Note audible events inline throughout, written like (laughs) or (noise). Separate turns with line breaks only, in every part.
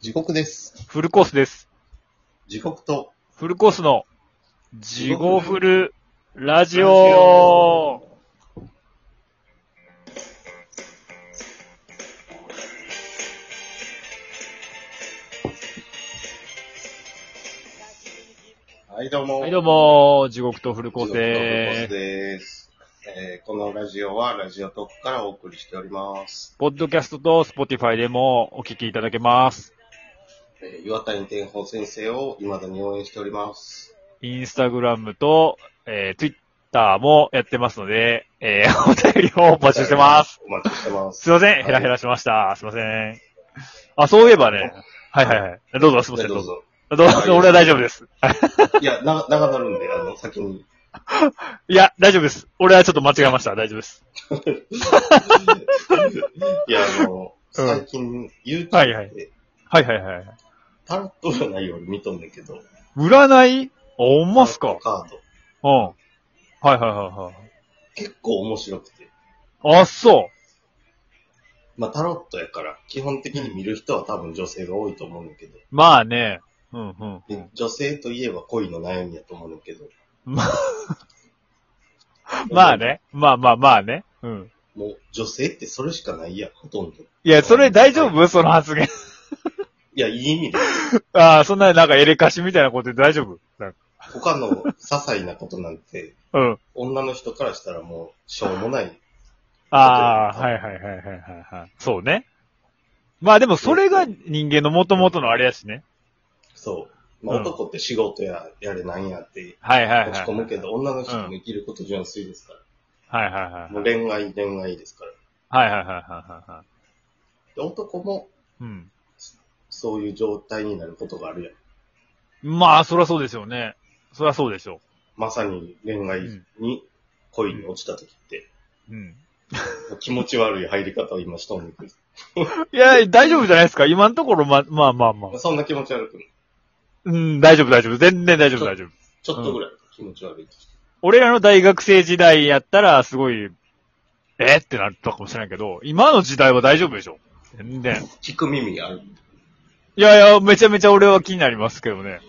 時刻です。
フルコースです。
時刻と、
フルコースの、地獄フルラジオ
はい、どうも。
はい、どうも、地獄とフルコース
時刻とフルコース
です。
です。えーこのラジオは、ラジオトークからお送りしております。
ポッドキャストとスポティファイでもお聞きいただけます。
えー岩谷天宝先生を未だに応援しております。
インスタグラムと、えー、ツイッターもやってますので、えー、 (laughs) お便りを募集してます。。
お待ちしてます。
すいません、ヘラヘラしました。すいません。あ、そういえばね、はいはいはい。どうぞ、すいま
はい
せん、
ど
ど
う
うぞ。
ぞ。
どうぞ、俺は大丈夫です。
いや、な、長なるんで、あの、先に。
いや、大丈夫です。俺はちょっと間違えました。大丈夫です。
いや、あの、
うん
最近、YouTube で、
はいはいはいはいはい。
タロット占いより見とんだけど。
占いおんますか
タロットカード。
うん。はいはいは
結構面白くて。
いはい。あ、そ
まあ、タロットやから、基本的に見る人は多分女性が多いと思うんだけど。
う。まあね。うんうん。
で女性といえば恋の悩みやと思うんだけど。
まあ、まあ。ね。まあまあまあね。うん。
もう女性ってそれしかないやん、ほとんど。い
いや、それ大丈夫その発言。
や、いい意味で。
(laughs) ああ、そんななんかエレカシみたいなことで大丈夫なんか
他の些細なことなんて、
うん。
女の人からしたらもう、しょうもない。
ああ、はいはいはいはいはいはい。そうね。まあでもそれが人間の元々のあれやしね。
そう。まあ、
うん
男って仕事や、やれなんやって、
はいはいはい。
落ち込むけど、女の人
う
も
ん
生きること純粋ですか
はいはいはい
ら。。もう恋愛、恋愛ですから。
はいはいはいはいは
で男も、
い。うん。
そういう状態になることがあるやん。
まあ、そりゃそうですよね。そりゃそうでしょ
まさに恋愛に、恋に落ちた時って、
う。うん。
もう気持ち悪い入り方を今しとんだけど。
いや、大丈夫じゃないですか。今のところ、ま、まあまあまあ
まあ。そんな気持ち悪くない。
うん、大丈夫大丈夫。全然大丈夫大丈夫。
ちょっとぐらい気持ち悪い。
俺らの大学生時代やったら、すごい、えってなったかもしれないけど、今の時代は大丈夫でしょ全然。
聞く耳ある。
いやいや、めちゃめちゃ俺は気になりますけどね。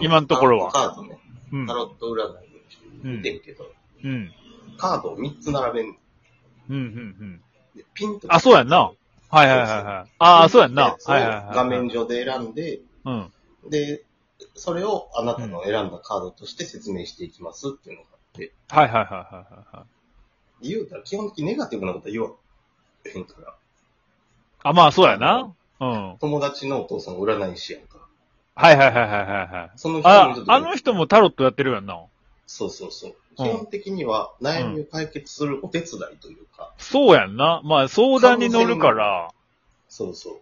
今のところは
タロットカードね。
うん
タ。ロット占い見てるけど、
うん。
カードを3つ並べんの
うん、うん、うん。
でピンと。
あ、そうやんな。はいはいはいはい。ああ、そうやんな。
そ
は
れ
い
を
はいはい。
画面。上で選んで、
うん。
で、それをあなたの選んだカードとして説明していきますっていうのがあって、
はいはいはいはいはい。
言うたら基本的にネガティブなことは言わへんから。
あ、まあ、そうやな。うん。
友達のお父さん占い師やんか。
はいはいはいはいはいはい。
その人
あ
にちょっ、と
あの人もタロットやってるやんな。
そうそうそう。
うん
基本的には悩みを解決するお手伝いというか、
そうやんな。まあ、相談に乗るから、
そうそう。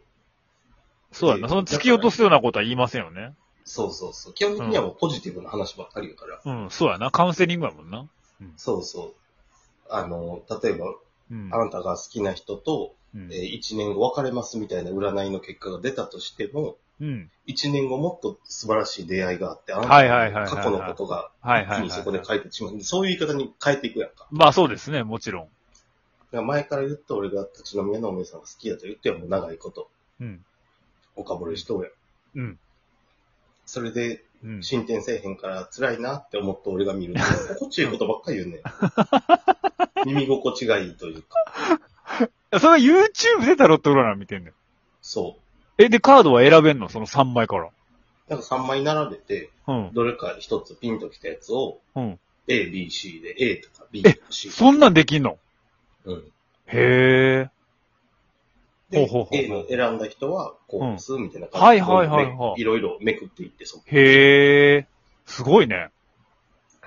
そうやんな。その突き落とすようなことは言いませんよね。
そうそうそう。基本的にはもうポジティブな話ばっかりやから。
うん、そうやな。カウンセリングやもんな。
そうそう。あの、例えば、
うん。
あなたが好きな人と、
うん
え1年後別れますみたいな占いの結果が出たとしても、
うん。
1年後もっと素晴らしい出会いがあって、あな
はいはいはいはい
たの過去のことが
はい
一
は
気
い
にそこ
は
で
い。
変えてしまう。そういう言い方に変えていくやんか。
まあそうですね、もちろん。
だから前から言った俺が立ち飲み屋のお姉さんが好きだと言ってはもう長いこと、
うん。
おかぼれしとうやん。
うん。
それで、
うん。
進展せえへんから辛いなって思った俺が見る
(laughs)
と、心地いいことばっかり言うねん。耳心地がいいというか、
それは YouTube でタロット占い見てんだよ。
そう。
え、で、カードは選べんのその3枚から。
なんか3枚並べて、
うん。
どれか一つピンときたやつを、
うん。
A、B、C で、A とか B
え
とか C とか。
そんなんできんの
うん。
へえ。
で、
ほうほうほう
A の選んだ人は、こうです、みたいな
は
感
い
じで。
はいはいはい
でいろいろめくっていって、そ
へえ。すごいね。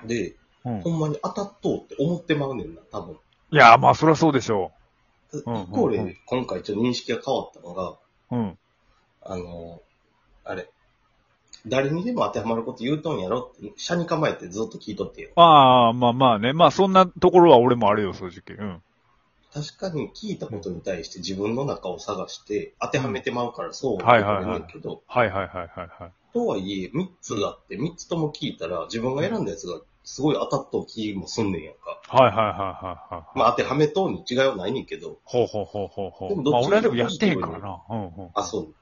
こ。で、
うん。
ほんまに当たっとうって思ってまうねんな、多分。
いや、まあそりゃそうでしょ
一
うんうん
方で、今回ちょっと認識が変わったのが、
う。うん。
あの、あれ、誰にでも当てはまること言うとんやろって、社に構えてずっと聞いとってよ。
ああ、まあまあね。まあそんなところは俺もあるよ、正直。うん。
確かに聞いたことに対して自分の中を探して当てはめてまうからそう思
はいはいはい
うんだけど、
はいはいはいはいはい。
とはいえ、3つあって、3つとも聞いたら、自分が選んだやつがすごい当たった気もすんねんやんか。
はいはいはいはいはい。
まあ当てはめとうに違いはないねんけど、
ほうほうほうほうほ
でも
う。
ど
まあ
っち
俺はでもやってへんからな。うんうん。
あ、そう。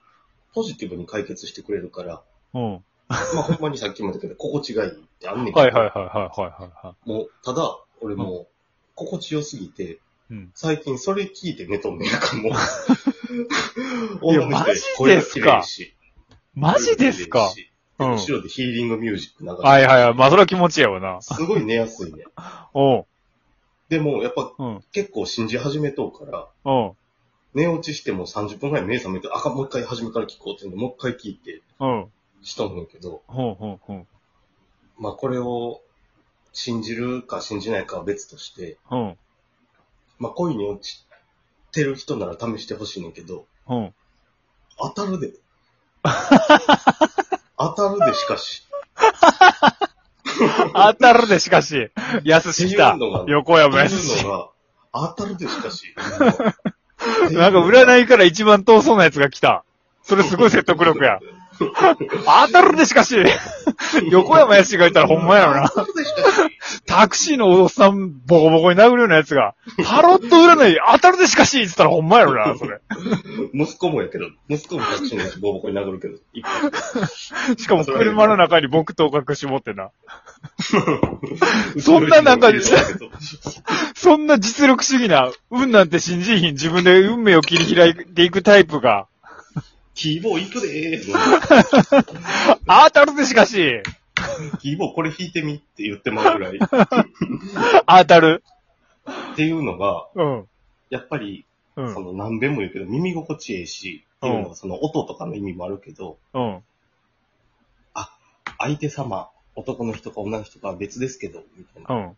ポジティブに解決してくれるから、
うん。は
まあほんまにさっきも言ったけど、心地がいいってあんね
い
んけど。
はいはいはいはいはいは
もう、ただ、俺もう、心地よすぎて、
い。うん。
最近それ聞いて寝とんねんなんかもう。
(laughs) いや
女の人より声が綺麗やし
マジですかう
声が綺麗
ん。は
やし後ろでヒーリングミュージック流れて、
いはいはい。まあ、それは気持ちいいやわな。
すごい寝やすいね。
おう。
でも、やっぱ
うん。
結構信じ始めとうから、
おう。
寝落ちしても30分くらい目覚めて、あかん、もう一回初めから聞こうってんで、もう一回聞いて
うん。
しとんねんけど、
ほうほうほう。
まあこれを信じるか信じないかは別として、
うん。
まあ恋に落ちてる人なら試してほしいねんけど、
うん。
当た
(laughs)
るで。当たるでしかし。
当たるで、しかし。安し来た
っていうのが。
横山
っ
安
てい
し (laughs)
う。のが、当たるでしかし。
なんか占いから一番遠そうなやつが来た。それすごい説得力や。
(laughs)
当たるでしかし、横山やしがいたらほんまやろな。
当たるでしかし。
タクシーのおっさんボコボコに殴るようなやつが、タロット占い当たるでしかしって言ったらほんまやろな、それ。
息子もやけど、息子もタクシーのやつボコボコに殴るけど、一発
しかも車の中に僕と隠し持ってな。そんななんかそんな実力主義な、運なんて信じいひん、自分で運命を切り開いていくタイプが、
キーボー行くでー
当たるでしかし、
キーボーこれ弾いてみって言ってもらうぐらい。
当たる。
っていうのが、
うん。
やっぱり、
う
そ
ん。
の何遍も言うけど、耳心地ええし、っていうのがその音とかの意味もあるけど、
うん。
相手様、男の人か女の人かは別ですけど、みたいな
う。ん。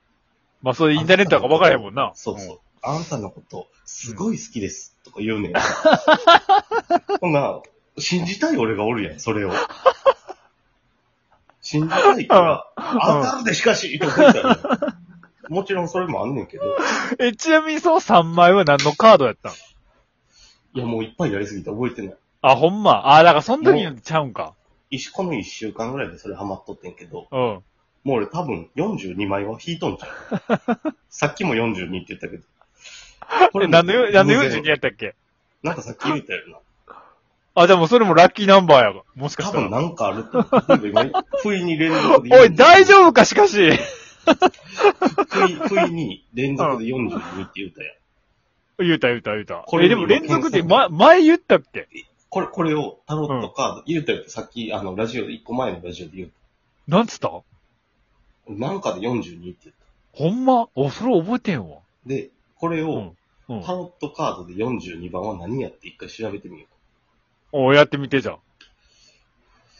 まあ、それインターネットだから分からへんもんな。
そうそう。あんたのこと、すごい好きです、とか言う
(laughs)
ねん。ほんな、信じたい俺がおるやん、それ
(laughs)
を。信じたいから、あんたるでしかし、とか言ったら、もちろんそれもあんねんけど、
うん。え、ちなみにその3枚は何のカードやったん
いやもういっぱいやりすぎて覚えてない。
あ、ほんま。あ、だからその時によってちゃうんか。
一この一週間ぐらいでそれハマっとってんけど、
うん。
もう俺多分42枚は引いとんじゃん。
(laughs)
さっきも42って言ったけど。こ
え、何のよ、何の42やったっけ
なんかさっき言ったよな。
あ、でもそれもラッキーナンバーやが。もしか
多
した
分
ら。
なんかあると思う。今、不意に連続で
おい、大丈夫かしかし。 (laughs)
不意不意に連続で42って言うたやん。
言うた言うた言うた
こ。れ
え、でも連続って、ま、前言ったっけ
これ、これをタロットカード、言うたよ。さっき、あの、ラジオ、一個前のラジオで言う
なんつった
た。なんかで42って言っ
ほんまお、それ覚えてんわ。
た。で、これ
う
を
ん、。うん
タ。ロットカードで42番は何やって一回調べてみよう。
お、やってみてじゃん。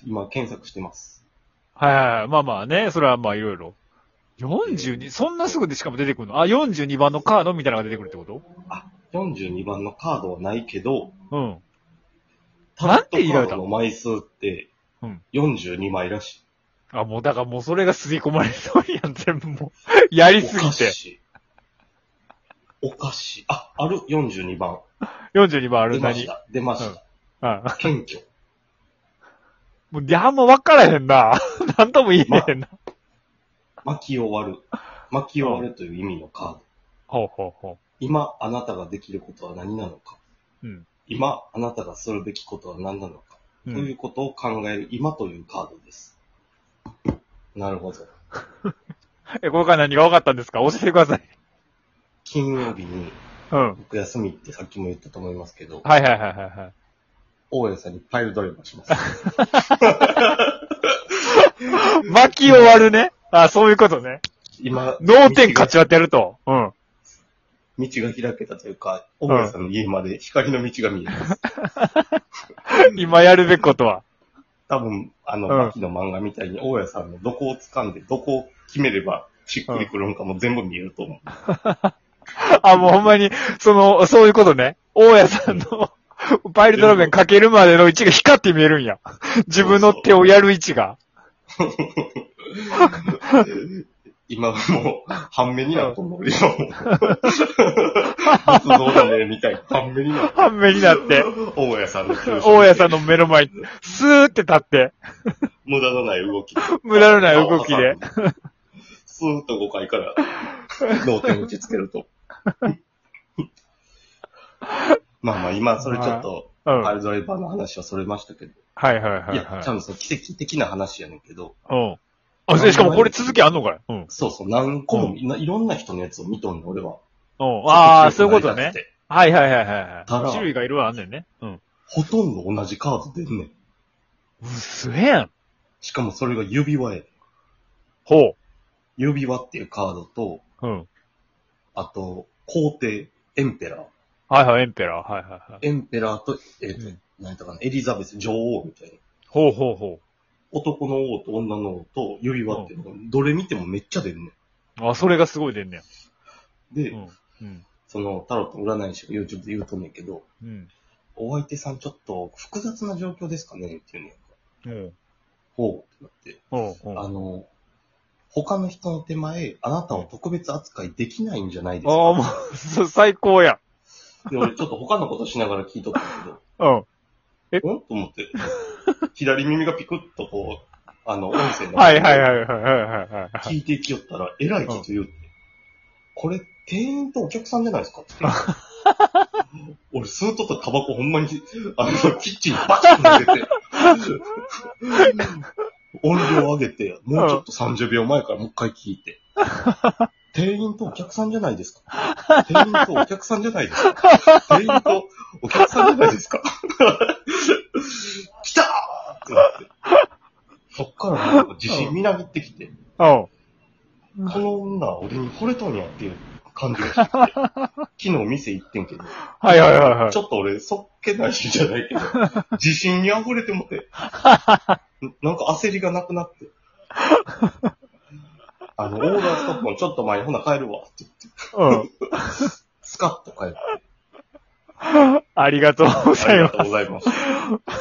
今、検索してます。
はいはいはい。まあまあね、それはまあいろいろ。42、そんなすぐでしかも出てくるのあ、42番のカードみたいなのが出てくるってこと
42番のカードはないけど、
うん。
タロットカ
なんて言わ
ー
れた
ド
の
の枚数って
うん、
42枚らしい。
あ、もうだからもうそれが吸い込まれそうやん、全部もう。 (laughs) やりすぎ
おか
て。
しい。おかしい。あ、ある ?42 番。
42番あ
出
る
ま
何
し。た。出ました。
あ
謙虚。
もう、いや、あんま分からへんな。 (laughs) なんとも言えへんな。
巻き終わる。巻き終わるという意味のカード。
ほうほうほ
今、あなたができることは何なのか。
う。うん。
今、あなたがするべきことは何なのか。
う
とい
ん、
うことを考える今というカードです。なるほど。
え、これから何が分かったんですか教えてください。
金曜日に、
うん。
僕休みってさっきも言ったと思いますけど、
はいはいはいはいはい。
大家さんにパイルドリバーします。
巻き終わるね。あ、そういうことね。
今、
脳天かち割ってやると。うん。
道が開けたというか、大家さんの家まで光の道が見える。
今やるべきことは。
多分、あの、
うん
牧の漫画みたいに、大家さんのどこを掴んで、どこを決めれば、しっくりくるのかも全部見えると思う。
あ、もうほんまに、その、そういうことね。大家さんの、パイルドラメンかけるまでの位置が光って見えるんや。自分の手をやる位置が。
今もう、半目になると思うよ。
(laughs)
仏像だね、みたいな。半目になる。
半目になって、
大家さんの中心
大家さんの目の前に、スーって立って、
無駄のない動き。
無駄のない動きで。。
(laughs) スーッと5回から、脳天
(laughs)
打ちつけると。まあまあ、今、それちょっと、
うん。
パ
はい
イルドライバーの話はそれましたけど。
はいはい
い
は
や、ちゃ
い。
んとその奇跡的な話やねんけど、
うん。あ、しかもこれ続きあんのかいうん。うん。
そうそう、何個も、ないろんな人のやつを見とんねん、俺は。
ああ、そういうことね。。はいはいはいは
た
い。は
だ
い種類がいろいろあんねんね。うん。
ほとんど同じカード出んねん。
うっすえやん。
しかもそれが指輪へ。
ほ
指輪っていうカードと、
う。うん。
あと、皇帝、エンペラー。
はいはい、エンペラー。はいはいはい。
エンペラーと、えっ、と、
うん
何とかな、エリザベス女王みたいな。
ほうほうほ
男の王と女の王と指輪っていうのが、どれ見てもめっちゃ出んね
う。あ、それがすごい出んね
ん。で、
や。うん。うん。
その、タロットの占い師が YouTube で言うとんねんけど、
うん。
お相手さんちょっと複雑な状況ですかねっていうね。
うん。
ほうって
うん。う
な
ん。
って。あ
あ
の、他の人の手前、あなたを特別扱いできないんじゃないですか。
あ、もう、そ (laughs) 最高やん。
で、俺ちょっと他のことしながら聞いとったんだけど、
うん。え
(laughs) うんと思って。左耳がピクッとこう、あの、音声の。
はいはいはいはいはいはいはい。
聞いていきよったら、えらいこと (laughs) 言うって。これ、店員とお客さんじゃないです (laughs) かって。俺、スーッととタバコほんまに、あの、キッチンにバチッと (laughs) 抜けて。音量上げて、もうちょっと30秒前からもう一回聞いて。店員とお客さんじゃないですか (laughs) 店員とお客さんじゃないですか店員とお客さんじゃないです (laughs) か来たーってなって。そっからなんか自信みなぎってきて。
うん。
この女、俺に惚れとんやっていう感
(laughs)
じがして。昨日店行ってんけど、
はいはいはいはい
ち。ょっと俺、そっけないしじゃない
(laughs)
けど、自信に溢れてもて、なんか焦りがなくなって。あの、オーダーストップのちょっと前にほな帰るわって言って、
うん。
スカッと帰って、
ありがとうご
あ
ざい
り
ま
が
す
と。うございます。